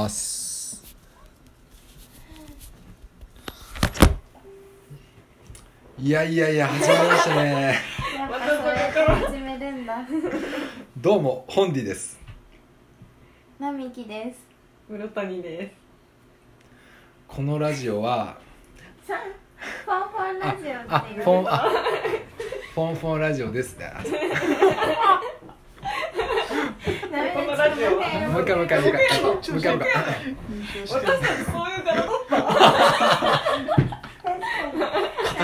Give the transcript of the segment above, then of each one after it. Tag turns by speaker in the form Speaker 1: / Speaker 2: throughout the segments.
Speaker 1: ますいやいやいや始まりましたね
Speaker 2: やっぱそうやって始める んだ。
Speaker 1: どうもホンディです
Speaker 2: 並木です。
Speaker 3: 室谷で
Speaker 1: このラジオは
Speaker 2: さ、フォンフォンラジオ
Speaker 1: あ
Speaker 2: っていう。
Speaker 1: フォンあフォンフォンラジオですねあ
Speaker 2: ダメだ
Speaker 3: このラジオは
Speaker 2: ちょっと
Speaker 1: もう一回もう一回もう一回もう一回もう一回もう一回
Speaker 3: す。私たちそういう柄だった。
Speaker 4: 型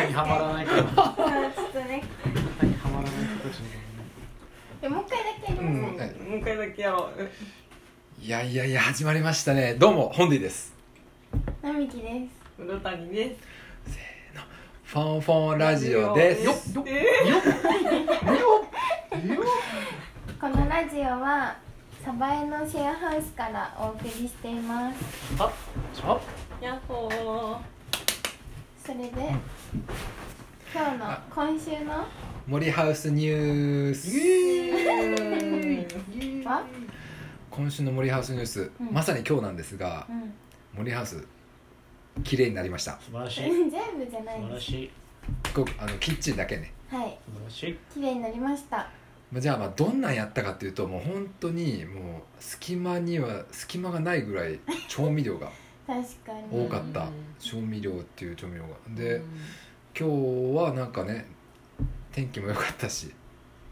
Speaker 4: にはまらないから
Speaker 2: ちょっとね。
Speaker 4: 型にはまらない形の
Speaker 2: えもう一回だけやり
Speaker 1: うん
Speaker 2: ま
Speaker 1: はい
Speaker 3: もう一回だけやろう。
Speaker 1: いやいやいや始まりましたねどうもホンディです
Speaker 2: す。並木です。
Speaker 3: 室谷で
Speaker 1: フォンフォン
Speaker 3: す。
Speaker 1: ラジオです
Speaker 3: よっえ
Speaker 2: このラジオは鯖江のシェアハウスからお送りしています。
Speaker 4: あ
Speaker 3: ーやっほー。
Speaker 2: それで今日の今週の
Speaker 1: 森ハウスニュース
Speaker 2: は、
Speaker 1: 今週の森ハウスニュース、
Speaker 2: うん
Speaker 1: まさに今日なんですが
Speaker 2: うん、
Speaker 1: 森ハウス綺麗になりました
Speaker 4: 素晴らしい
Speaker 2: 全部じゃない
Speaker 4: 素晴
Speaker 2: で
Speaker 4: ら
Speaker 2: す。
Speaker 4: しい
Speaker 1: ごあのキッチンだけね
Speaker 2: はい、
Speaker 4: 素晴らしい
Speaker 2: 綺麗になりました。
Speaker 1: まあじゃあまあどんなんやったかっていうともう本当にもう隙間には隙間がないぐらい調味料が
Speaker 2: 確か
Speaker 1: 多
Speaker 2: に。
Speaker 1: かった、調味料っていう調味料がで今日はなんかね天気も良かったし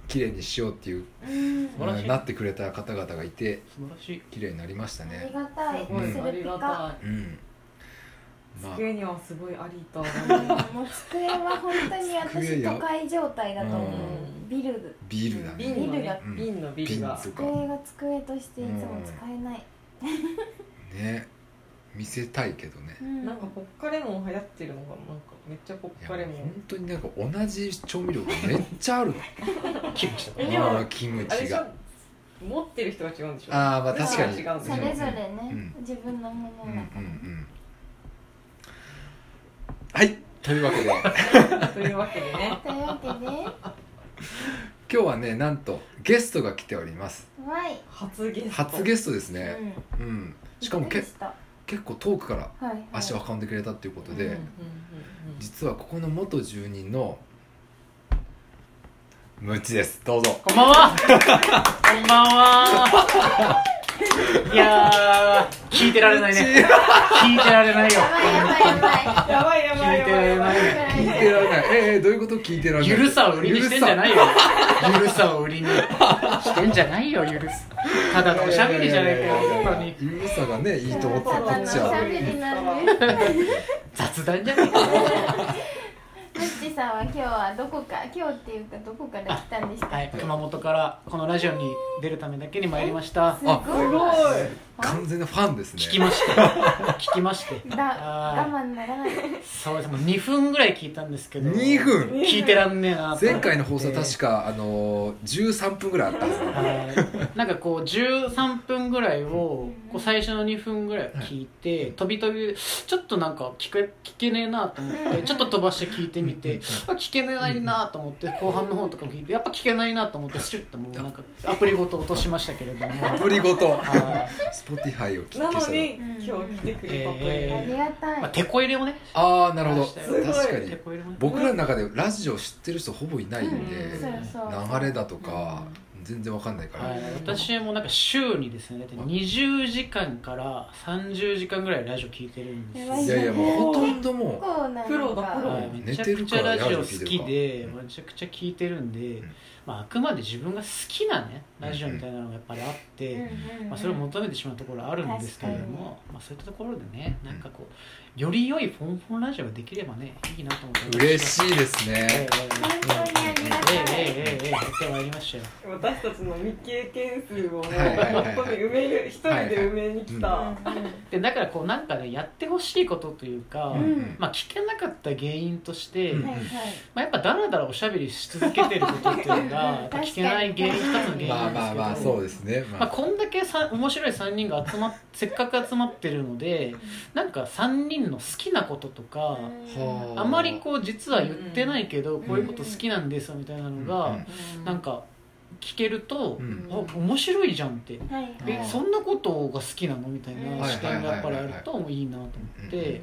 Speaker 1: 綺麗にしようっていう、
Speaker 2: うん、
Speaker 4: 素晴らしい
Speaker 1: なってくれた方々がいて
Speaker 4: 素晴らしい
Speaker 1: 綺麗になりました
Speaker 2: あり
Speaker 1: ね
Speaker 2: がたい。
Speaker 3: すごい、
Speaker 1: うん
Speaker 3: ありがた
Speaker 1: うん
Speaker 3: い。
Speaker 1: まあ
Speaker 3: 机にはすごいありと。う
Speaker 2: もう机は本当に
Speaker 1: 机
Speaker 2: 私
Speaker 1: や
Speaker 2: 都会状態だと思う、
Speaker 3: うん
Speaker 2: ビル
Speaker 1: ビールだね
Speaker 3: 瓶の
Speaker 2: ビールが
Speaker 3: ね
Speaker 1: うん
Speaker 3: 瓶のビ
Speaker 1: 瓶
Speaker 3: ルが
Speaker 1: っ。つうか
Speaker 2: 机が机としていつも使えない、
Speaker 1: ね見せたいけどね
Speaker 2: うん
Speaker 3: なんかポッカレモン流行ってるのがなんかめっちゃポ
Speaker 1: い
Speaker 3: ッ
Speaker 1: や
Speaker 3: カレモン。
Speaker 1: 本当になんか同じ調味料がめっちゃあるの
Speaker 4: キムチだ
Speaker 3: えでも
Speaker 1: ああキム
Speaker 3: あれで
Speaker 1: チ
Speaker 3: しょ
Speaker 1: が。
Speaker 3: 持ってる人が違うんでしょ。
Speaker 1: ああまあ確かに
Speaker 3: 違うんでし
Speaker 2: そ
Speaker 3: ょ
Speaker 2: れぞれね、
Speaker 1: うん
Speaker 2: 自分のも
Speaker 1: うんう
Speaker 2: の
Speaker 1: んう
Speaker 2: だから、
Speaker 1: んはいというわけで
Speaker 3: というわけでね。
Speaker 2: というわけで
Speaker 1: 今日はねなんとゲストが来ております
Speaker 2: わい、
Speaker 3: 初ゲスト。
Speaker 1: 初ゲストですね
Speaker 2: うん、
Speaker 1: うん、しかも
Speaker 2: びっ
Speaker 1: け
Speaker 2: くりたは
Speaker 1: 結構遠くから
Speaker 2: い、はい、
Speaker 1: 足を運んでくれたっていうことで、
Speaker 3: うんうんうん
Speaker 1: 実はここの元住人のムチですどうぞ
Speaker 4: こんばんはこんばんはいやー聞いてられないね聞いてられないよ
Speaker 2: やばいやばいやばい
Speaker 3: やばいやばい
Speaker 4: 聞い
Speaker 3: やば
Speaker 4: て
Speaker 1: 聞
Speaker 3: いやばい。
Speaker 4: られないね
Speaker 1: いてられないええどういうこと聞いてられない
Speaker 4: ゆるさを売りにしてんじゃないいよゆるさを売りにしてんじゃないよゆるさただのおしゃべりじゃないかよ本当に
Speaker 1: ゆるさがねいいと思って
Speaker 2: た
Speaker 1: たこ
Speaker 2: だの
Speaker 1: っ
Speaker 2: お
Speaker 1: ち
Speaker 2: しゃ
Speaker 1: は
Speaker 2: べりなんです
Speaker 4: 雑談じゃないかよ
Speaker 2: ムッチさんは今日はどこか今日っていうかどこから来たんでしたっけ、
Speaker 4: はい、熊本からこのラジオに出るためだけに参りました
Speaker 2: す。
Speaker 1: あ
Speaker 3: す
Speaker 2: ごい
Speaker 3: ごい。
Speaker 1: 完全なファンですね
Speaker 4: 聞き ました。聞きまして。
Speaker 2: だ我慢ならない
Speaker 4: そうです。もう2分ぐらい聞いたんですけど。
Speaker 1: 2分
Speaker 4: 聞いてらんねえなと思
Speaker 1: 前
Speaker 4: って
Speaker 1: 回の放送は確。か、あのー、13分ぐらいあったんですよ
Speaker 4: はい。なんかこう13分ぐらいをこう最初の2分ぐらい聞いて、飛び飛びでちょっとなんか聞け聞けねえなと思ってちょっと飛ばして聞いてみてあ聞けないなと思って後半の方とかも聞いてやっぱ聞けないなと思ってシュッともうなんかアプリごと落としましたけれども。
Speaker 1: アプリごと
Speaker 4: はい
Speaker 1: Spotify を聞き
Speaker 3: な
Speaker 1: 消し
Speaker 3: の
Speaker 1: たら
Speaker 3: に、今日来てくれたとい
Speaker 4: え
Speaker 3: う
Speaker 4: ー
Speaker 2: ありがたい、
Speaker 4: まあ、てこ入れもね
Speaker 1: ああなるほど
Speaker 4: すご
Speaker 3: い
Speaker 1: 確か
Speaker 4: て
Speaker 1: に
Speaker 4: こ入れもね
Speaker 1: 僕らの中でラジオ知ってる人ほぼいないんで、
Speaker 4: うん
Speaker 2: そうそう
Speaker 1: 流れだとか、全然わかんないから、
Speaker 4: はい、私もなんか週にですね大体20時間から30時間ぐらいラジオ聞いてるんですよ
Speaker 2: やば
Speaker 1: いやいやもうほとんども
Speaker 2: 結構な
Speaker 3: プロだプロ
Speaker 4: はい、めちゃくちゃラジオ好きでめちゃくちゃ聞いてるんで、
Speaker 1: ん
Speaker 4: まあ、あくまで自分が好きなねラジオみたいなのがやっぱりあって、まあ、それを求めてしまうところはあるんですけれども、まあ、そういったところでねなんかこうより良いフォンフォンラジオができればねいいなと思って
Speaker 1: う嬉しいです
Speaker 4: ええ
Speaker 1: ね、
Speaker 2: 本当にありが
Speaker 4: ええ
Speaker 2: た
Speaker 4: ええ
Speaker 2: い
Speaker 4: ええええやってまいりましたよ
Speaker 3: 私たちの未経験数をもう
Speaker 1: はいはいはいはい
Speaker 3: 本当に埋める一人で埋めに来
Speaker 2: う
Speaker 3: た
Speaker 2: んうん
Speaker 4: でだからこうなんかねやってほしいことというか、
Speaker 2: ん
Speaker 4: まあ、聞けなかった原因として、
Speaker 1: うん
Speaker 2: はいはい
Speaker 4: まあ、やっぱだらだらおしゃべりし続けてることっていうのがやっぱ聞けない原因一つの原因なんですけど、
Speaker 1: まあまあまあそうですね、ま
Speaker 4: ま
Speaker 1: あ、
Speaker 4: あ、こんだけさ面白い3人が 集まっせっかく集まってるのでなんか3人の好きなこととか、
Speaker 1: は
Speaker 4: あまりこう実は言ってないけど、
Speaker 3: うん
Speaker 4: こういうこと好きなんですよみたいなのが、
Speaker 1: うん
Speaker 4: なんか聞けると、
Speaker 1: うん
Speaker 4: あ面白いじゃんって、
Speaker 2: はい
Speaker 1: あ
Speaker 4: え
Speaker 1: ー
Speaker 4: そんなことが好きなのみたい
Speaker 3: うん
Speaker 4: な視点がやっぱりあるともういいなと思っ
Speaker 1: うん
Speaker 4: て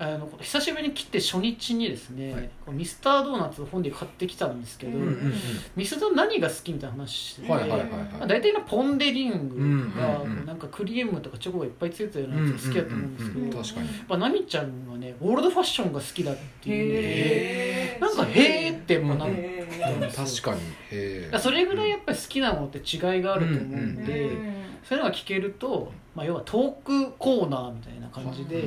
Speaker 4: あの久しぶりに切って初日にですね、
Speaker 1: はい
Speaker 4: こうミスタードーナツを本で買ってきたんですけど、
Speaker 1: うんうんうん
Speaker 4: ミスター何が好きみたいな話してて、
Speaker 1: はいはいはい
Speaker 4: まあ、
Speaker 1: はい
Speaker 4: 大体のポン・デ・リングが、
Speaker 1: うんうんうん
Speaker 4: なんかクリームとかチョコがいっぱいついてるようなやつが好きだと思うんですけど、
Speaker 1: うんうんうん
Speaker 4: やっ
Speaker 1: 確かに
Speaker 4: ぱナミちゃんはねオールドファッションが好きだっていうので
Speaker 3: へー
Speaker 4: なんか「へーってやっぱなんか、
Speaker 3: へ
Speaker 1: う
Speaker 3: ー
Speaker 1: ん確かにへえ
Speaker 4: それぐらいやっぱり好きなものって違いがあると思うんで、
Speaker 3: うん
Speaker 4: そういうのが聞けると、まあ、要はトークコーナーみたいな感じ
Speaker 1: うん
Speaker 4: で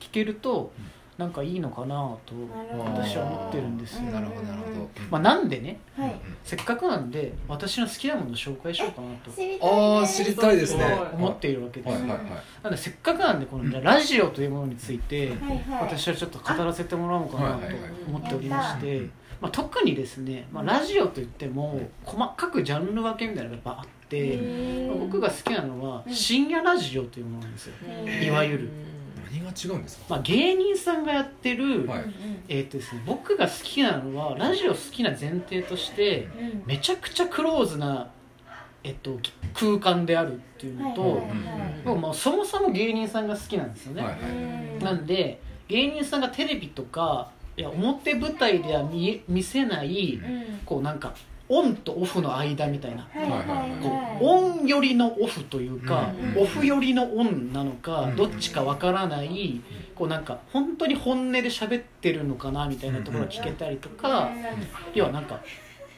Speaker 4: 聞けるとなんかいいのかなと
Speaker 1: うん
Speaker 4: 私は思ってるんですよ
Speaker 1: なるほどなるほど
Speaker 4: まあ、なんでね
Speaker 1: うん
Speaker 2: はい
Speaker 4: せっかくなんで私の好きなものを紹介しようかなと
Speaker 2: 知りたい
Speaker 1: ああー
Speaker 2: です
Speaker 1: 知りたいですね
Speaker 3: そう
Speaker 4: 思っているわけで
Speaker 1: はい
Speaker 4: す
Speaker 1: はいはい
Speaker 4: なんでせっかくなんでこ
Speaker 1: うん
Speaker 4: のラジオというものについて
Speaker 2: はいはい
Speaker 4: 私はちょっと語らせてもらおうかなと
Speaker 1: はいはいはい
Speaker 4: 思っておりまし
Speaker 1: やってた、
Speaker 4: まあ、特にですね、まあ、ラジオといっても細かくジャンル分けみたいなのがやっぱあって
Speaker 2: へー
Speaker 4: 僕が好きなのは
Speaker 2: うん
Speaker 4: 深夜ラジオというものなんですよ、
Speaker 2: うん
Speaker 4: いわゆる
Speaker 1: 何が違うんですか
Speaker 4: まあ、芸人さんがやってる、
Speaker 1: はい
Speaker 4: えーっとですね、僕が好きなのはラジオ好きな前提として
Speaker 2: うんうん
Speaker 4: めちゃくちゃクローズな、えっと、空間であるっていうのと、
Speaker 2: はいはい
Speaker 1: うん
Speaker 4: もうもうそもそも芸人さんが好きなんですよね、
Speaker 1: はいはい
Speaker 4: なんで芸人さんがテレビとかいや表舞台では見見せない
Speaker 2: うんうん
Speaker 4: こうなんかオンとオフの間みたいな
Speaker 2: はいはいはい
Speaker 4: こうオン寄りのオフというか、
Speaker 1: うん
Speaker 4: オフ寄りのオンなのか、
Speaker 1: うん
Speaker 4: どっちかわからないこうなんか本当に本音で喋ってるのかなみたいなところが聞けたりとか、要はなんか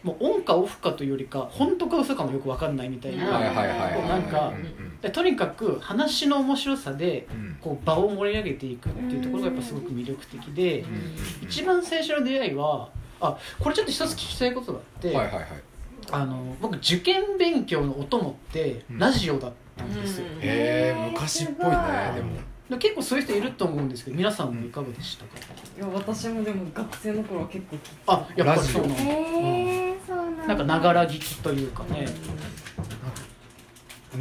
Speaker 4: もうオンかオフかというよりか本当か嘘かもよくわかんないみたいな、
Speaker 1: はいはいはいはい
Speaker 4: なんか
Speaker 1: うん
Speaker 4: でとにかく話の面白さで
Speaker 1: うんうん
Speaker 4: こう場を盛り上げていくっていうところがやっぱすごく魅力的で、
Speaker 1: うんうん
Speaker 4: 一番最初の出会いはあこれちょっと一つ聞きたいことがあって、
Speaker 1: はいはいはい
Speaker 4: あの僕受験勉強のお供って
Speaker 1: うん
Speaker 4: ラジオだったんですよ、
Speaker 3: うん
Speaker 1: へえ昔っぽいねでも
Speaker 4: で結構そういう人いると思うんですけど皆さんもいかがでしたか、
Speaker 3: いや私もでも学生の頃は結構聞いて
Speaker 4: あやっぱりそうな
Speaker 2: へ
Speaker 4: の
Speaker 2: えそうなんだ
Speaker 4: なんかながら聞きというかね、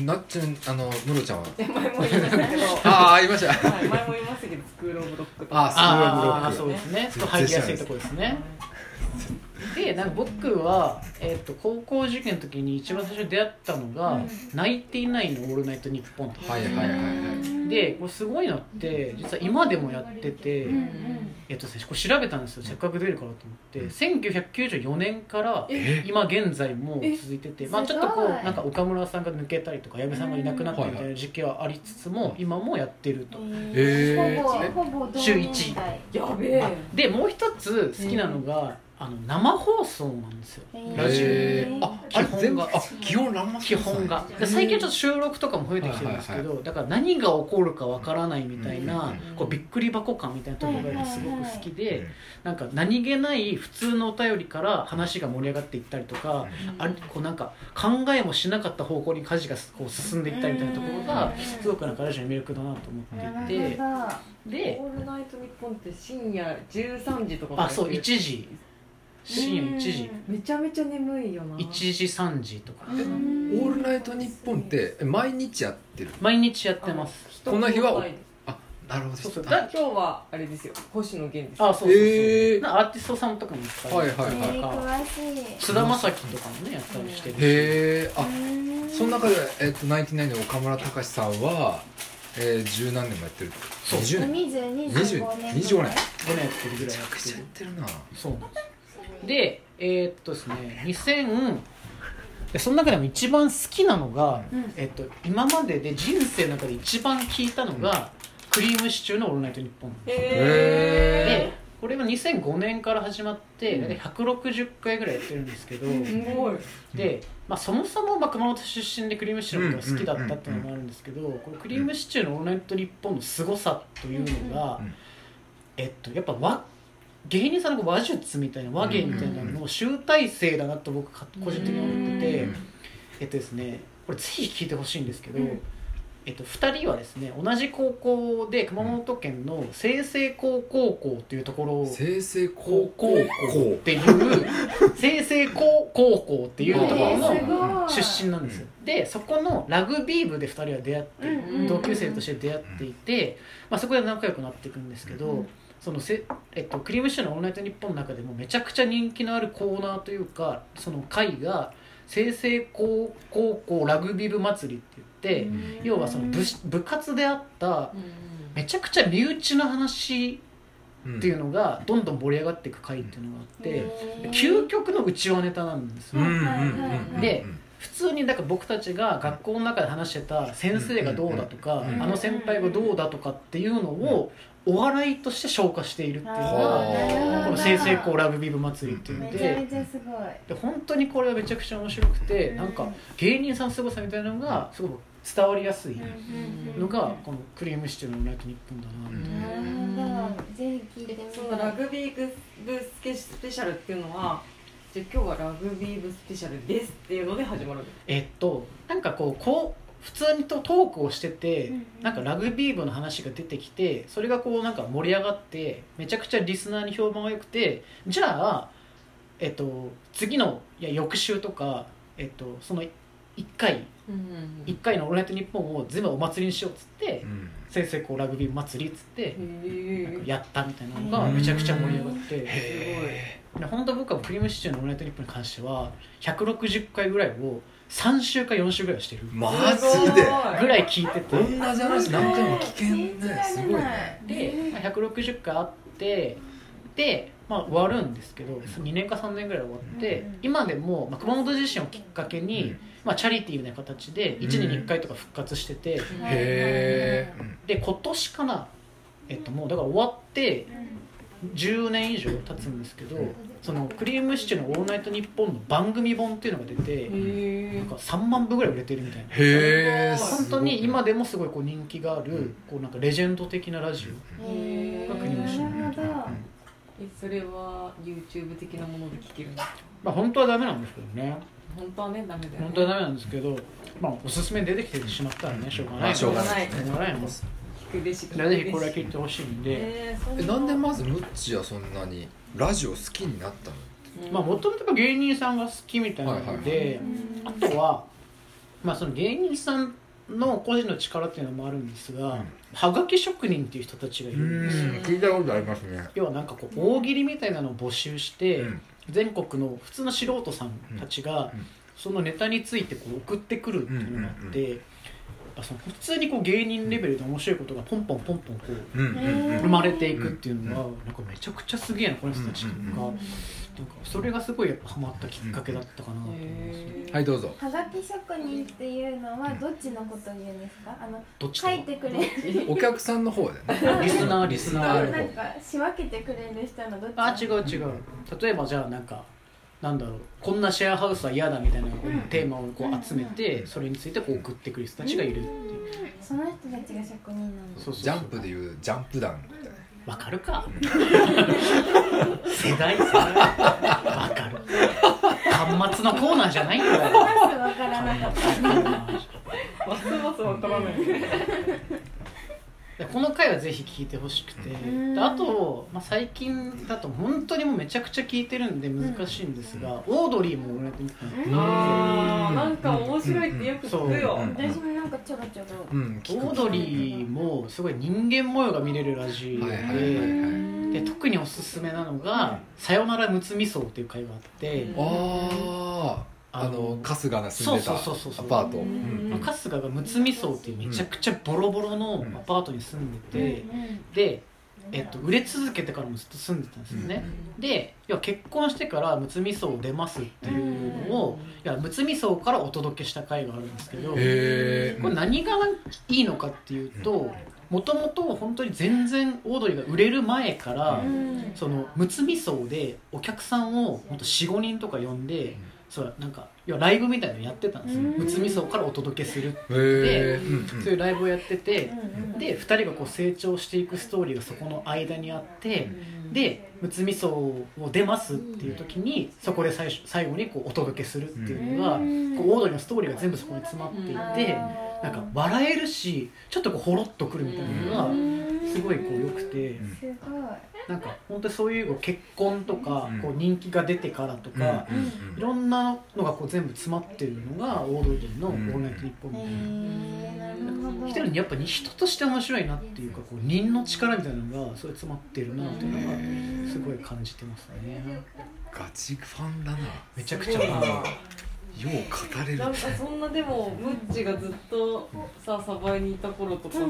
Speaker 1: なっちゃんあのムロちゃんは
Speaker 3: 前も言いましたけど
Speaker 1: ああいました
Speaker 3: はい前も言いましたけどスクールオブロックとか
Speaker 1: あ
Speaker 4: あ
Speaker 1: あ
Speaker 4: あ
Speaker 1: す
Speaker 4: そ
Speaker 1: ご
Speaker 4: う
Speaker 1: いブロッ
Speaker 4: です
Speaker 1: 絶
Speaker 4: ね
Speaker 1: 対
Speaker 4: 入りやすいとこですねでなんか僕は、えっと高校受験の時に一番最初に出会ったのが
Speaker 2: う
Speaker 4: 「
Speaker 2: ん
Speaker 4: 泣いていないのオールナイトニッポン」と
Speaker 1: クはいはいはいはい
Speaker 4: でこれすごいのって実は今でもやってて、
Speaker 2: うんうん
Speaker 4: えっとですねこれ調べたんですよせっかく出るからと思って1994年から今現在も続いてて、まあ、
Speaker 2: す
Speaker 4: ち
Speaker 2: ご
Speaker 4: ょ
Speaker 2: い
Speaker 4: っとこうなんか岡村さんが抜けたりとか矢部さんがいなくなったみたいな時期はありつつも今もやってると。
Speaker 1: えー
Speaker 2: ほぼほぼ同
Speaker 4: 週
Speaker 2: 年
Speaker 4: 一
Speaker 2: 代
Speaker 3: やべえ
Speaker 4: あでもう一つ好きなのが、あの生放送なんですよラジオ
Speaker 1: へーああれ全部あ基本ランマ
Speaker 4: 基本がで最近はちょっと収録とかも増えてきてるんですけど、
Speaker 1: はい
Speaker 4: だから何が起こるかわからないみたいな、
Speaker 1: うん
Speaker 4: こうびっくり箱感みたいなところがすごく好きで、
Speaker 1: うん
Speaker 4: なんか何気ない普通のお便りから話が盛り上がっていったりとか、あれこうなんか考えもしなかった方向に家事がこう進んでいったりみたいなところが、すごくなんかラジオの魅力だなと思っていて、
Speaker 2: なる
Speaker 4: で
Speaker 3: オールナイトニッポンって深夜13時とかから
Speaker 4: あそう1時深夜1時、
Speaker 3: めちゃめちゃ眠いよな
Speaker 4: 1時3時とか
Speaker 2: ほどうん
Speaker 1: オールナイトニッポンってえ毎日やってる
Speaker 4: 毎日やってます
Speaker 3: 人
Speaker 1: こんな日は
Speaker 3: 交代
Speaker 1: あなるほど
Speaker 4: そうそう
Speaker 1: あ
Speaker 4: だ
Speaker 3: 今日はあれですよ星野源です
Speaker 4: あそうそうそう、
Speaker 1: へー
Speaker 4: なんかアーティストさんとかもいっぱい
Speaker 1: はいはい
Speaker 2: え
Speaker 1: はい
Speaker 2: ー詳しい
Speaker 4: 菅田将暉とかもねやったりしてるし
Speaker 1: へえあ
Speaker 2: うん
Speaker 1: その中で、えっと、ナインティナインの岡村隆史さんは、えー、十何年もやってる
Speaker 4: そう
Speaker 1: 20年25年
Speaker 2: 20 25年
Speaker 4: 5年やってるぐ
Speaker 1: め
Speaker 4: らい
Speaker 1: ち
Speaker 4: や
Speaker 1: ゃく
Speaker 4: って
Speaker 1: ちゃや
Speaker 4: る
Speaker 1: ってるな
Speaker 4: そうでえーっとですね2000でその中でも一番好きなのが、
Speaker 2: うん
Speaker 4: えっと、今までで人生の中で一番聞いたのが「クリームシチューのオールナイトニッポン」
Speaker 1: へ
Speaker 4: でこれは2005年から始まって
Speaker 1: うん
Speaker 4: 大体160回ぐらいやってるんですけど、
Speaker 2: うん
Speaker 3: すごい
Speaker 4: で、まあ、そもそもまあ熊本出身でクリームシチューのことが好きだったっていうのもあるんですけど、このクリームシチューの「オールナイトニッポン」のすごさというのが、
Speaker 1: うんうん
Speaker 4: えっと、やっぱ和芸人さんの和術みたいな和芸みたいなのの集大成だなと僕か個人的に思ってて、
Speaker 1: うん
Speaker 4: えっとですねこれぜひ聞いてほしいんですけど、
Speaker 2: うん
Speaker 4: えっと、2人はですね同じ高校で熊本県の清々高高校っていうところを
Speaker 1: 生成高校校
Speaker 4: っていう清々高高校っていうところの
Speaker 1: えーすごい
Speaker 4: 出身なんですよ、でそこのラグビー部で2人は出会って、
Speaker 2: 身
Speaker 4: 同級生として出会っていて、まあ、そこで仲良くなっていくんですけど、
Speaker 2: うん
Speaker 4: そのせえっと、クリームシチューの「オールナイトニッポン」の中でもめちゃくちゃ人気のあるコーナーというかその回が清成高高校ラグビー部祭りって言って、要はその部し部活であっためちゃくちゃ身内の話
Speaker 1: うん
Speaker 4: っていうのがどんどん盛り上がっていく回っていうのがあって、
Speaker 2: うん
Speaker 4: 究極の内輪ネタなんですよ、
Speaker 1: うんうんうん
Speaker 4: で普通にだから僕たちが学校の中で話してた先生がどうだとか、
Speaker 1: うん
Speaker 4: あの先輩がどうだとかっていうのをお笑いとして消化しているっていうの
Speaker 1: あ
Speaker 4: が、
Speaker 1: ー
Speaker 4: この「清成校ラグビー部祭り」っていうの
Speaker 2: めちゃ
Speaker 4: で
Speaker 2: めちゃすごい
Speaker 4: で本当にこれはめちゃくちゃ面白くてなんか芸人さんの凄さみたいなのがすごく伝わりやすいのがこの「クリームシチューのオールナイトニッポン」だな
Speaker 2: なる
Speaker 4: って。
Speaker 2: ほどぜひ聞いてみ
Speaker 3: そのラグビー部スケスペシャルっていうのはじゃあ今日はラグビー部スペシャルですっていうので始まるんです
Speaker 4: えっとなんかこうこう普通にとトークをしてて、
Speaker 2: うんうん
Speaker 4: なんかラグビー部の話が出てきてそれがこうなんか盛り上がってめちゃくちゃリスナーに評判が良くてじゃあ、えっと、次のいや翌週とか、えっと、その1回1回の「オールナイトニッポン」を全部お祭りにしようっつって、
Speaker 1: うん
Speaker 4: 先生こうラグビー祭りっつって、なんか
Speaker 3: へ
Speaker 4: やったみたいなのがめちゃくちゃ盛り上がって。
Speaker 1: へ
Speaker 4: で本当僕は「クリームシチューのオールナイトニッポン」に関しては160回ぐらいを3週か4週ぐらいしてる
Speaker 1: ー
Speaker 4: ぐ
Speaker 1: マ
Speaker 3: ー
Speaker 1: ジです
Speaker 3: ごい
Speaker 4: らい聞いてて
Speaker 1: 同じ話何回も聞けんねすごいね
Speaker 4: でまあ160回あってで、まあ、終わるんですけど2年か3年ぐらい終わって、
Speaker 2: うん
Speaker 4: 今でも、まあ、熊本地震をきっかけに、
Speaker 1: うん
Speaker 4: まあ、チャリティーみたいな形で1年に1回とか復活してて、
Speaker 1: へえ
Speaker 4: で今年かな、えっと、もうだから終わって10年以上経つんですけど、
Speaker 1: うん
Speaker 4: その「クリームシチューのオールナイトニッポン」の番組本っていうのが出て、
Speaker 3: え
Speaker 4: なんか3万部ぐらい売れてるみたいな
Speaker 1: へえ
Speaker 4: 本当に今でもすごいこう人気がある、こうなんかレジェンド的なラジオ
Speaker 2: へ
Speaker 4: 確認をし
Speaker 2: ーなるほど
Speaker 3: それは YouTube 的なもので聞けるんですか
Speaker 4: まあ本当はダメなんですけどね
Speaker 3: 本当はねダメだよね
Speaker 4: 本当はダメなんですけどまあおすすめに出てきてしまったらねしょうがない
Speaker 1: まあしょうが
Speaker 3: ない
Speaker 4: しょうがないもん
Speaker 3: 聞くべし聞くべし
Speaker 4: ぜひこれは聞いてほしいんで、
Speaker 3: えーそ
Speaker 1: えなんでまずムッチはそんなにラジオ好きになったの
Speaker 4: まあもともと芸人さんが好きみたいなので、
Speaker 1: はい
Speaker 4: あとはまあその芸人さんの個人の力っていうのもあるんですが、
Speaker 1: うん
Speaker 4: はがき職人っていう人たちがいるんですよ、
Speaker 3: うん聞いたことあり
Speaker 1: ますね
Speaker 4: 要はなんかこう大喜利みたいなのを募集して、
Speaker 1: うん
Speaker 4: 全国の普通の素人さんたちが、
Speaker 1: うんうん
Speaker 4: そのネタについてこう送ってくるっていうのがあっ
Speaker 1: うん
Speaker 4: て、やっぱその普通にこう芸人レベルで面白いことがポンポンポンポンこう
Speaker 1: うんうんうん
Speaker 4: 生まれていくっていうのはなんかめちゃくちゃすげえなこの人たちとか,、
Speaker 1: うんうん
Speaker 4: なんかそれがすごいやっぱハマったきっかけだったかなと思います、
Speaker 3: へー
Speaker 1: はいどうぞ
Speaker 2: はがき職人っていうのはどっちのことを言うんですかあの
Speaker 4: どっち
Speaker 2: 書い
Speaker 4: で
Speaker 2: てくれる
Speaker 1: お客さんの方だよね
Speaker 4: リスナーリスナ
Speaker 1: な
Speaker 4: ー
Speaker 1: るほど
Speaker 2: なんか仕分けてくれる人のどっち
Speaker 4: あ違う違う例えばじゃあなんかなんだろうこんなシェアハウスは嫌だみたいなこう
Speaker 2: うん
Speaker 4: テーマをこう集め
Speaker 1: う
Speaker 4: て
Speaker 1: ん
Speaker 4: それについてこう送ってくる人たちがいるっていう
Speaker 2: その人たちが職人なの
Speaker 4: そうそうそう
Speaker 1: ジャンプでいうジャンプ団みたいな
Speaker 4: わかるか世代世代わかる端末のコーナーじゃないんだよ
Speaker 2: まずわからなかった
Speaker 3: ますますわからない
Speaker 4: この回はぜひ聞いてほしくて
Speaker 2: うん
Speaker 4: であと、まあ、最近だと本当にもうめちゃくちゃ聞いてるんで難しいんですが、オードリーも俺てみたの
Speaker 3: あーなんか面白いってよく聞くよ
Speaker 1: うんうん
Speaker 2: 私もなんかちょろちょ
Speaker 1: う
Speaker 2: ろ
Speaker 1: ん聞く
Speaker 4: オードリーもすごい人間模様が見れるらしいので,、
Speaker 1: はいはいはいはい
Speaker 4: で特におすすめなのが「さよならむつみそう」っていう回があって、
Speaker 3: うん
Speaker 1: あああの春日が住んでたアパ
Speaker 4: そうそうそうそう
Speaker 1: ート
Speaker 2: うん
Speaker 1: うん
Speaker 4: まあ春日がむつみそうっていうめちゃくちゃボロボロのアパートに住んでて、で、えっと、売れ続けてからもずっと住んでたんですよね、で要は結婚してからむつみそうを出ますっていうのを、いやむつみそうからお届けした回があるんですけど、
Speaker 1: へえ
Speaker 4: これ何がいいのかっていうともともと本当に全然オードリーが売れる前から、
Speaker 1: うん
Speaker 4: そのむつみそうでお客さんを本当45人とか呼んで、そうなんか要はライブみたいなのやってたんですよ、
Speaker 2: うん
Speaker 4: むつみそうからお届けするって
Speaker 1: へえ
Speaker 4: そういうライブをやってて、
Speaker 2: で
Speaker 4: で2人がこう成長していくストーリーがそこの間にあって、でむつみそうを出ますっていう時にそこで最初最後にこうお届けするっていうのが、
Speaker 2: うん
Speaker 4: こうオードリーのストーリーが全部そこに詰まっていて、なんか笑えるしちょっとこうほろっとくるみたいなのがすごいこう良くて、
Speaker 1: ん
Speaker 2: すごい
Speaker 4: なんか本当にそういうこう結婚とか、
Speaker 1: うん
Speaker 4: こう人気が出てからとか、いろんなのがこう全部詰まってるのがオードリーの「オールナイトニッポン」みたいな。
Speaker 2: へーなるほど
Speaker 4: 一人にやっぱ人として面白いなっていうかこう人の力みたいなのがそれ詰まってるなっていうのがすごい感じてますね
Speaker 1: ガチファンだな
Speaker 4: めちゃくちゃ
Speaker 3: すごいな
Speaker 1: よう語れる
Speaker 3: なんかそんなでもムッチがずっとさサバイにいた頃とかさ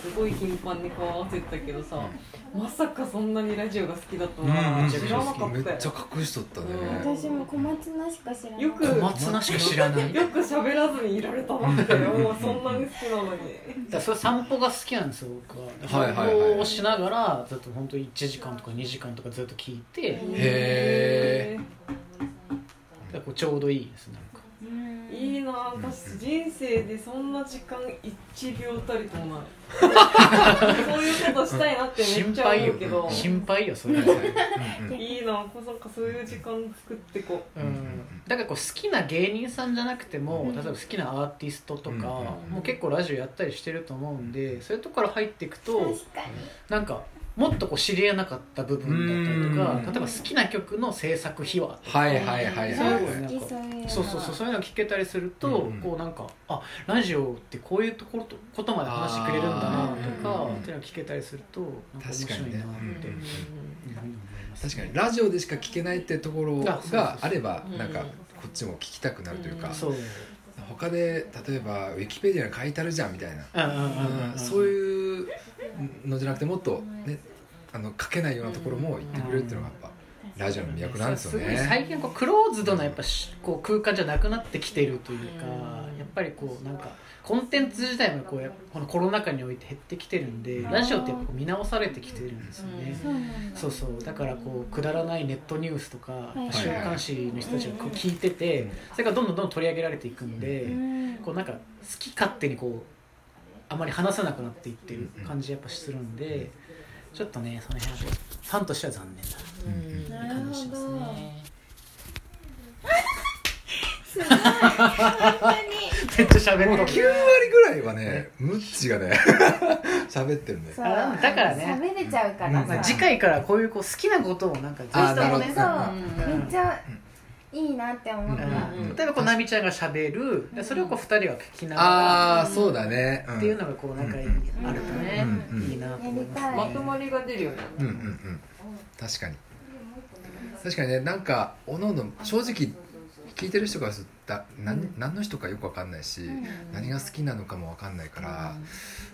Speaker 3: すごい頻繁に顔合わせてたけどさまさかそんなにラジオが好きだと
Speaker 1: うんう
Speaker 3: は
Speaker 1: ん
Speaker 3: 知らなか
Speaker 1: めっ
Speaker 3: ったよ
Speaker 1: ちゃ隠しとったね、
Speaker 3: うん
Speaker 2: 私も小松菜しか知らない
Speaker 3: よく
Speaker 4: 小松菜しか知らないだ
Speaker 3: よく喋らずにいられたなってもうそんなに好きなのに
Speaker 4: からそれ散歩が好きなんですよ僕は
Speaker 1: はいはいはい
Speaker 4: 散歩をしながらずっと本当1時間とか2時間とかずっと聞いてだか
Speaker 1: へ
Speaker 4: らこうちょうどいいですなんか
Speaker 2: うん
Speaker 3: いいな私人生でそんな時間1秒たりともないそういうことしたいなってめっ
Speaker 4: 心
Speaker 3: ちゃ
Speaker 4: 配
Speaker 3: 思
Speaker 4: よ
Speaker 3: うけど
Speaker 4: 心配よそれは
Speaker 1: うんうん
Speaker 3: いいななんかそういう時間作ってこう
Speaker 4: うんだからこう好きな芸人さんじゃなくても、
Speaker 2: うん
Speaker 4: 例えば好きなアーティストとか、
Speaker 1: うん
Speaker 4: もう結構ラジオやったりしてると思うんでそういうところ入っていくと
Speaker 2: 確かに
Speaker 4: なんかもっとこう知りえなかった部分だったりと
Speaker 1: う
Speaker 4: か
Speaker 1: ん
Speaker 4: 例えば好きな曲の制作秘話とか、
Speaker 1: はいはいはい
Speaker 4: そう
Speaker 1: はい
Speaker 4: いうのね
Speaker 2: 好きそういうの
Speaker 4: そうそうそうそういうの聞けたりすると、
Speaker 1: うん
Speaker 4: こうなんかあラジオってこういうところとことまで話してくれるんだなとか、
Speaker 1: あー
Speaker 4: っていうのを聞けたりするとなんか面白いなっていうふうに
Speaker 1: うん
Speaker 4: 思います
Speaker 1: 確かにラジオでしか聞けないってところ
Speaker 4: あそうそうそう
Speaker 1: があれば
Speaker 3: うん
Speaker 1: なんかこっちも聞きたくなるというか
Speaker 4: そう
Speaker 1: 他で例えばウィキペディアに書いてあるじゃんみたいな
Speaker 4: うんうんうんうん
Speaker 1: うんそういうのじゃなくてもっとねあの書けないようなところも言ってくれるっていうのがやっぱラジオの魅力なんですよ
Speaker 4: ごい
Speaker 1: ね
Speaker 4: 最近こうクローズドなやっぱしこう空間じゃなくなってきてるというか、
Speaker 3: うん
Speaker 4: やっぱりこうなんかコンテンツ自体もこうやっぱこのコロナ禍において減ってきてるんで、
Speaker 1: うん
Speaker 4: ラジオってやっぱこう見直されてきてるんですよね。
Speaker 2: そうなんだ
Speaker 4: そうそうだからこうくだらないネットニュースとか、
Speaker 2: い
Speaker 4: 週刊誌の人たちがこう
Speaker 3: うん
Speaker 4: 聞いてて、
Speaker 1: うん
Speaker 4: それがどんどんどんどん取り上げられていくんで、
Speaker 2: うん
Speaker 4: こうなんか好き勝手にこうあまり話さなくなっていってる感じやっぱするんで、ちょっとねその辺はファンとしては残念だ
Speaker 1: うん
Speaker 2: なるほどすごい本
Speaker 4: めっちゃ喋
Speaker 1: もう
Speaker 4: っ
Speaker 1: 9割
Speaker 4: てる
Speaker 1: ぐらいはねムッチがね 喋ってるね
Speaker 2: 当に
Speaker 4: あだからね
Speaker 2: 喋れちゃうから
Speaker 1: ま
Speaker 2: さ
Speaker 1: あ
Speaker 4: 次回からこういうこう好きなことをなんかぜひ
Speaker 1: あー
Speaker 4: と
Speaker 1: なる
Speaker 4: も
Speaker 1: ほど
Speaker 4: ね
Speaker 2: そう
Speaker 3: うん
Speaker 2: めっちゃいいなって思った、
Speaker 1: うん
Speaker 4: うん例えばこうナミちゃんがしゃべるでそれをこう2人は聞きなが
Speaker 1: ああそうだね
Speaker 4: ら
Speaker 1: っ
Speaker 4: っていうのがこうなんかいいあるとね
Speaker 1: うんうん
Speaker 4: いいなと思います
Speaker 2: うん
Speaker 3: ま
Speaker 4: ね
Speaker 3: とまりが出るよね
Speaker 1: うんうんうん確かに確かにねなんかおのおの正直聞いてる人からするとだ何何の人かよくわかんないし、
Speaker 2: うん
Speaker 1: 何が好きなのかもわかんないから、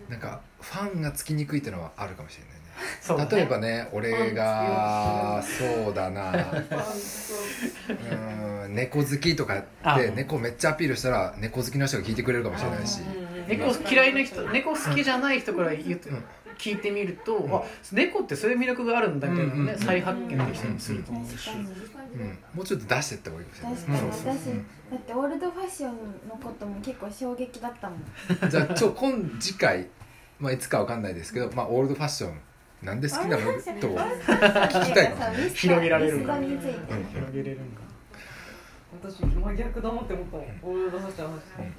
Speaker 1: なんかファンがつきにくいってのはあるかもしれないね
Speaker 4: そうだね
Speaker 1: 例えばね俺がそうだなうーん猫好きとか
Speaker 4: あ
Speaker 1: で猫めっちゃアピールしたら猫好きの人が聞いてくれるかもしれないし
Speaker 4: 猫嫌いな人猫好きじゃない人から言うと
Speaker 1: うん
Speaker 4: 聞いてみると、あ猫ってそういう魅力があるんだみたいなのね、
Speaker 1: うん
Speaker 4: 再発見できたりすると思うし、
Speaker 2: 確かに
Speaker 1: うん、もうちょっと出していった方がいいかもし
Speaker 2: 確
Speaker 1: れな
Speaker 2: かに
Speaker 1: い
Speaker 2: 私だってオールドファッションのことも結構衝撃だったもん
Speaker 1: じゃあちょ今次回、まあ、いつかわかんないですけど、まあ、オールドファッションなんで好きなのと
Speaker 2: 聞
Speaker 1: きたいかも
Speaker 4: 広げられる
Speaker 2: ミス
Speaker 4: か
Speaker 2: ド
Speaker 4: ら
Speaker 2: について
Speaker 4: 広げれるんか
Speaker 3: 私真逆だなって思ったもんオールドハッチャー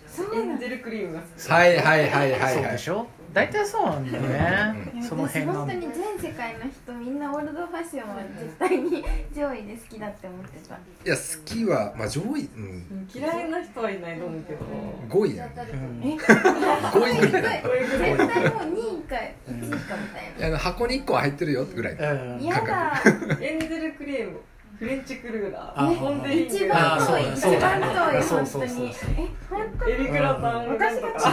Speaker 2: そうな
Speaker 3: エン
Speaker 2: んだ
Speaker 3: ゼルクリームが好き
Speaker 1: はいはいはい
Speaker 4: な、
Speaker 1: はい
Speaker 4: そう
Speaker 1: は
Speaker 4: で
Speaker 1: い
Speaker 4: しょ大体そうなんだよね、その
Speaker 2: 私
Speaker 4: 辺な
Speaker 2: 本当
Speaker 4: んだ
Speaker 2: に全世界の人みんなオールドファッションは絶対に上位で好きだって思ってた
Speaker 1: いや好きは、まあ、上位、うん、
Speaker 3: 嫌いな人はいないと思うけど
Speaker 1: 5位なんだ
Speaker 4: うん
Speaker 2: え
Speaker 1: 5位ぐらいだ
Speaker 2: 絶対もう2位か1位かみたい
Speaker 1: いやあの箱に1個は入ってるよぐらい
Speaker 4: う
Speaker 2: な
Speaker 4: ん
Speaker 2: 嫌だ
Speaker 3: エンゼルクリームフレンチクルーラ
Speaker 4: あ
Speaker 3: ーコンデリング
Speaker 2: 一
Speaker 4: あ
Speaker 2: 番
Speaker 4: ーそ
Speaker 2: 遠
Speaker 4: う
Speaker 2: い
Speaker 4: だ
Speaker 2: 一番遠い
Speaker 4: そ
Speaker 2: 本
Speaker 4: うそう
Speaker 2: 当
Speaker 4: そう
Speaker 2: に
Speaker 4: そう
Speaker 2: え本
Speaker 3: エビグラタンなんとか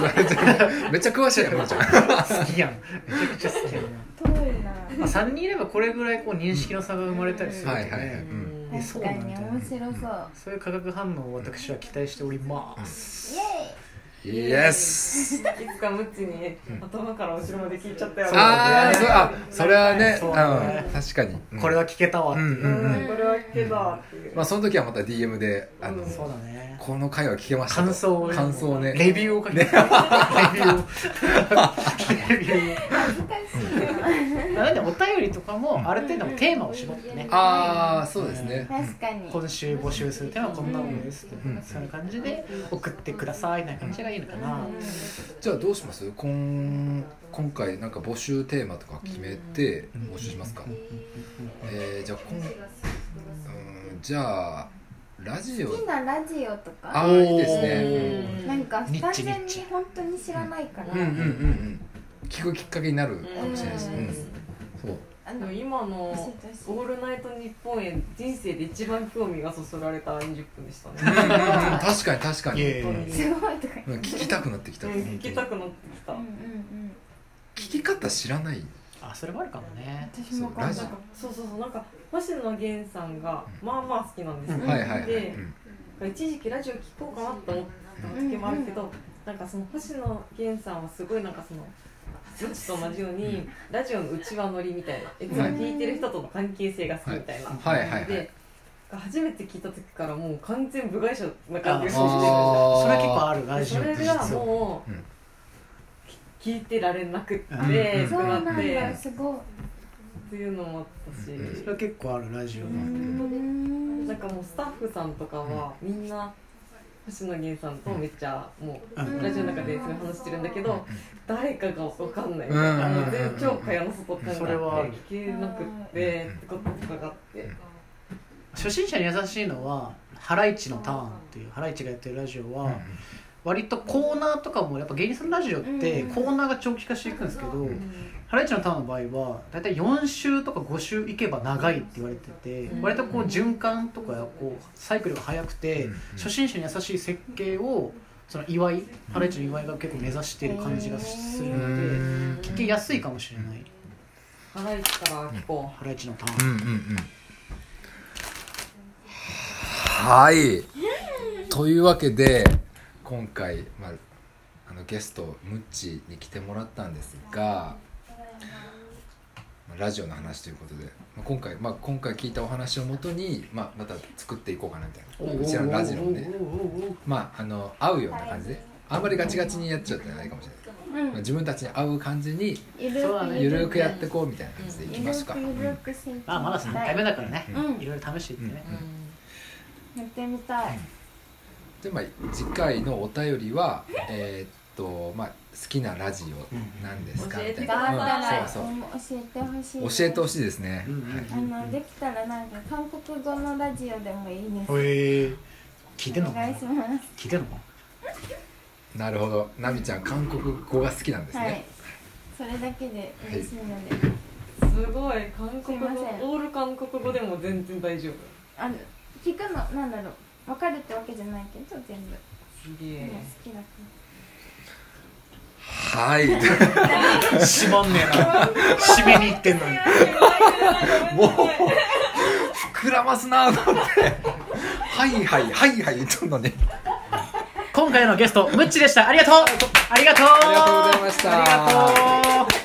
Speaker 1: めっちゃ詳しいやんもちゃん
Speaker 4: 好きやんめちゃくちゃ好 きやん、
Speaker 2: 当遠いな
Speaker 4: まあ、3人いればこれぐらいこう認識の差が生まれたりするので、
Speaker 1: はいはいはい
Speaker 4: え
Speaker 3: う
Speaker 4: そ
Speaker 2: 確
Speaker 4: うな
Speaker 2: か
Speaker 4: んだ
Speaker 2: に面白そう
Speaker 4: そういう化学反応を私は期待しております、
Speaker 2: イエ
Speaker 1: イエス
Speaker 3: んいつかムッチに頭からお城まで聞いちゃったよ
Speaker 1: あーそあそれはね
Speaker 4: そうね
Speaker 1: うん、確かに、うん
Speaker 4: これは聞けたわっていう、
Speaker 1: うんうん
Speaker 3: うんこれはけだっていう
Speaker 1: まあ、その時はまた DM であの、
Speaker 3: うん
Speaker 4: そうだね
Speaker 1: この回は聞けましたと
Speaker 4: 感想をね
Speaker 1: 感想をね
Speaker 4: レビューを 書いてレビューをレビ
Speaker 2: ー
Speaker 4: ュー
Speaker 2: イ難しいな
Speaker 4: を なんでお便りとかもある程度のテーマを絞ってね
Speaker 1: ああそうですね、
Speaker 2: 確かに
Speaker 4: 今週募集するテーマはこんなものですって、
Speaker 1: うん
Speaker 4: そういう感じで送ってくださいみたいな感じがいいのかな、
Speaker 1: じゃあどうしますこん今回なんか募集テーマとか決めて募集しますか、えー、じゃあこん、うん、じゃあラジオ
Speaker 2: 好きなラジオとか
Speaker 1: ああいいですね
Speaker 3: うん
Speaker 2: なんか
Speaker 4: ニッ
Speaker 2: 完
Speaker 4: チニッ
Speaker 2: 全
Speaker 4: チ
Speaker 2: に本当に知らないから、
Speaker 1: うんうんうんうん聞くきっかけになるかもしれないです、
Speaker 2: うん
Speaker 1: うんそう
Speaker 2: あ
Speaker 3: で
Speaker 2: の
Speaker 3: も今
Speaker 2: 忘れ
Speaker 3: の
Speaker 2: たし
Speaker 3: 「オールナイトニッポン」へ人生で一番興味がそそられた20分でした
Speaker 1: うん
Speaker 3: ね
Speaker 1: うんうん確かに確か
Speaker 4: い
Speaker 1: に
Speaker 4: やいや
Speaker 1: うん
Speaker 2: すごいとか言って
Speaker 1: 聞きたくなってきた
Speaker 3: うん
Speaker 1: 聞
Speaker 3: 聞きたくなってきた、
Speaker 2: うんうん
Speaker 1: き方知らない
Speaker 4: あそれもあるかもね
Speaker 2: うん私もこんな
Speaker 1: そうラジ
Speaker 3: そうそうそうなんか星野源さんが
Speaker 1: う
Speaker 3: まあまあ好きなんですよ、
Speaker 4: うん
Speaker 1: はいはいはい
Speaker 3: で
Speaker 1: うん
Speaker 3: 一時期ラジオ聞こうかなと思った時もあるけど、なんかその星野源さんはすごいなんかそのうちと同じように、
Speaker 1: うん
Speaker 3: ラジオのうちわ乗りみたいないつも聞いてる人との関係性が好きみたいな、
Speaker 1: はいはいはいはい
Speaker 3: で初めて聞いた時からもう完全部外者な感じがして
Speaker 1: あー
Speaker 4: それは結構あるラ
Speaker 3: で
Speaker 4: ジ
Speaker 3: そ
Speaker 4: オって
Speaker 3: れ
Speaker 4: 実
Speaker 3: が
Speaker 4: は
Speaker 3: もう、
Speaker 1: うん
Speaker 3: き聞いてられなくって、
Speaker 4: うん
Speaker 1: うん
Speaker 2: そうなん
Speaker 3: なって
Speaker 2: だ
Speaker 3: っ
Speaker 2: すごい
Speaker 3: ていうのもあったし、
Speaker 1: うん
Speaker 4: それは結構あるラジオ
Speaker 2: うーん
Speaker 3: なんかもうスタッフさんとかはみんな星野源さんとめっちゃも
Speaker 4: うん
Speaker 3: うラジオの中でそういう話してるんだけど誰かが分かんないみ
Speaker 1: うん
Speaker 3: たいなもう全超蚊帳の外って
Speaker 4: それはある
Speaker 3: 聞けなくってってこととかがあって
Speaker 4: 初心者に優しいのは「ハライチのターン」っていうハライチがやってるラジオは、割とコーナーとかもやっぱ芸人さんのラジオって
Speaker 2: うん
Speaker 4: コーナーが長期化していくんですけど、ハライチのターンの場合は大体4週とか5週行けば長いって言われてて、
Speaker 3: うん
Speaker 4: 割とこう循環とかこうサイクルが早くて、
Speaker 1: うん
Speaker 4: 初心者に優しい設計をその祝いハライチの祝いが結構目指してる感じがする
Speaker 1: う
Speaker 4: の
Speaker 1: んう
Speaker 4: で、
Speaker 1: ん
Speaker 4: 聞きやすいかもしれない
Speaker 3: ハライチから聞こ
Speaker 4: ハライチのタ
Speaker 1: う
Speaker 4: ー
Speaker 1: んうん
Speaker 4: ン、
Speaker 1: うんはいというわけで今回、まあ、あのゲストムッチに来てもらったんですがまあラジオの話ということで、まあ、今回、まあ、今回聞いたお話をもとに、まあ、また作っていこうかなみたいなうちらのラジオもねまああの合うような感じであんまりガチガチにやっちゃってないかもしれない、
Speaker 2: うん
Speaker 1: まあ、自分たちに合う感じに
Speaker 2: ゆる
Speaker 4: そうだ
Speaker 2: く
Speaker 4: ね
Speaker 1: ゆるくやってこうみたいな感じでいき
Speaker 2: ゆ
Speaker 1: ま
Speaker 2: る
Speaker 1: すか、
Speaker 2: く
Speaker 1: う
Speaker 2: ゆる
Speaker 1: ん
Speaker 2: く進行
Speaker 4: まあまだ3回目だからね、
Speaker 2: うん
Speaker 4: いろいろ試していってね
Speaker 3: う、、
Speaker 2: やってみたい
Speaker 1: でまあ、次回のお便りは、えーっとまあ、好きなラジオなんですか
Speaker 3: うん
Speaker 1: みたい
Speaker 2: があった
Speaker 1: な、
Speaker 2: ら、
Speaker 1: うん、そう
Speaker 2: 教えてほしい
Speaker 1: そう教えてほしいですね、
Speaker 4: うんうん
Speaker 2: あのできたらなんか韓国語のラジオでもいいです
Speaker 4: へえ聞いてんの
Speaker 2: お
Speaker 4: かな
Speaker 2: 願いします
Speaker 4: 聞いてんのかな
Speaker 1: なるほどナミちゃん韓国語が好きなんです
Speaker 2: はい
Speaker 1: ね、
Speaker 2: それだけで嬉しいので、
Speaker 3: うんすごい韓国語
Speaker 2: すいません
Speaker 3: オール韓国語でも全然大丈夫
Speaker 2: あの聞くのなんだろう分かるってわけじゃないけど全部、
Speaker 3: すげえ
Speaker 2: もう好きだか
Speaker 1: はい、
Speaker 4: 閉まんねえな締めに行ってんのに
Speaker 1: もう膨らますなと思ってはいはいはいはい言っとんのに
Speaker 4: 今回のゲストムッチでしたありがとうありがとう
Speaker 1: ありがとうございました
Speaker 4: ありがとう